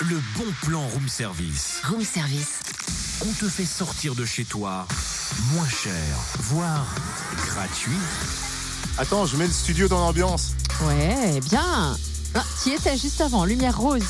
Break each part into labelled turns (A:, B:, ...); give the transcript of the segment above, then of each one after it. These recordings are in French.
A: le bon plan room service.
B: Room service.
A: On te fait sortir de chez toi moins cher, voire gratuit.
C: Attends, je mets le studio dans l'ambiance.
B: Ouais, eh bien. Ah, qui était juste avant Lumière rose.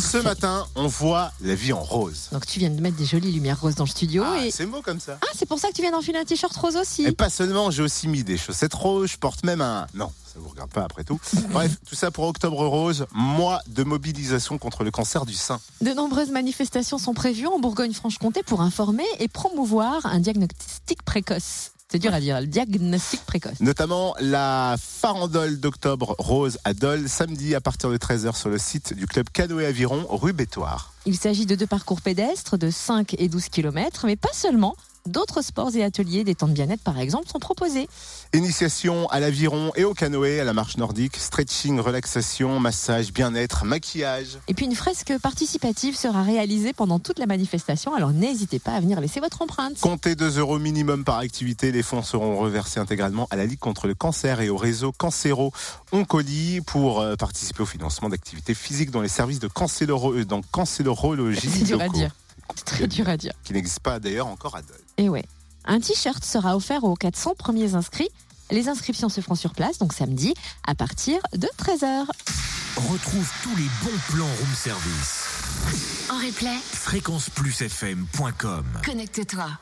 C: Ce matin, on voit la vie en rose.
B: Donc tu viens de mettre des jolies lumières roses dans le studio.
C: Ah,
B: et...
C: C'est Eh beau comme ça.
B: ah c'est pour ça que tu viens d'enfiler un t-shirt rose aussi.
C: Et pas seulement, j'ai aussi mis des chaussettes roses, je porte même un... Non, ça vous regarde pas après tout. Bref, tout ça pour Octobre Rose, mois de mobilisation contre le cancer du sein.
B: De nombreuses manifestations sont prévues en Bourgogne-Franche-Comté pour informer et promouvoir un diagnostic précoce. C'est dur à dire, le diagnostic précoce.
C: Notamment la farandole d'Octobre Rose à Dole, samedi à partir de 13h sur le site du club Canoë Aviron, rue Bétoire.
B: Il s'agit de deux parcours pédestres de 5 et 12 km, mais pas seulement. D'autres sports et ateliers des temps de bien-être, par exemple, sont proposés.
C: Initiation à l'aviron et au canoë, à la marche nordique, stretching, relaxation, massage, bien-être, maquillage.
B: Et puis une fresque participative sera réalisée pendant toute la manifestation, alors n'hésitez pas à venir laisser votre empreinte.
C: Comptez 2 euros minimum par activité. Les fonds seront reversés intégralement à la Ligue contre le cancer et au réseau Cancéro Oncolie pour euh, participer au financement d'activités physiques dans les services de cancéloro- euh, dans cancélorologie.
B: C'est dur à
C: locaux,
B: dire. C'est très dur à dire.
C: Qui n'existe pas d'ailleurs encore à Dole.
B: Et ouais. Un t-shirt sera offert aux 400 premiers inscrits. Les inscriptions se feront sur place, donc samedi, à partir de 13h.
A: Retrouve tous les bons plans room service.
D: En replay,
A: fréquenceplusfm.com
D: connecte-toi.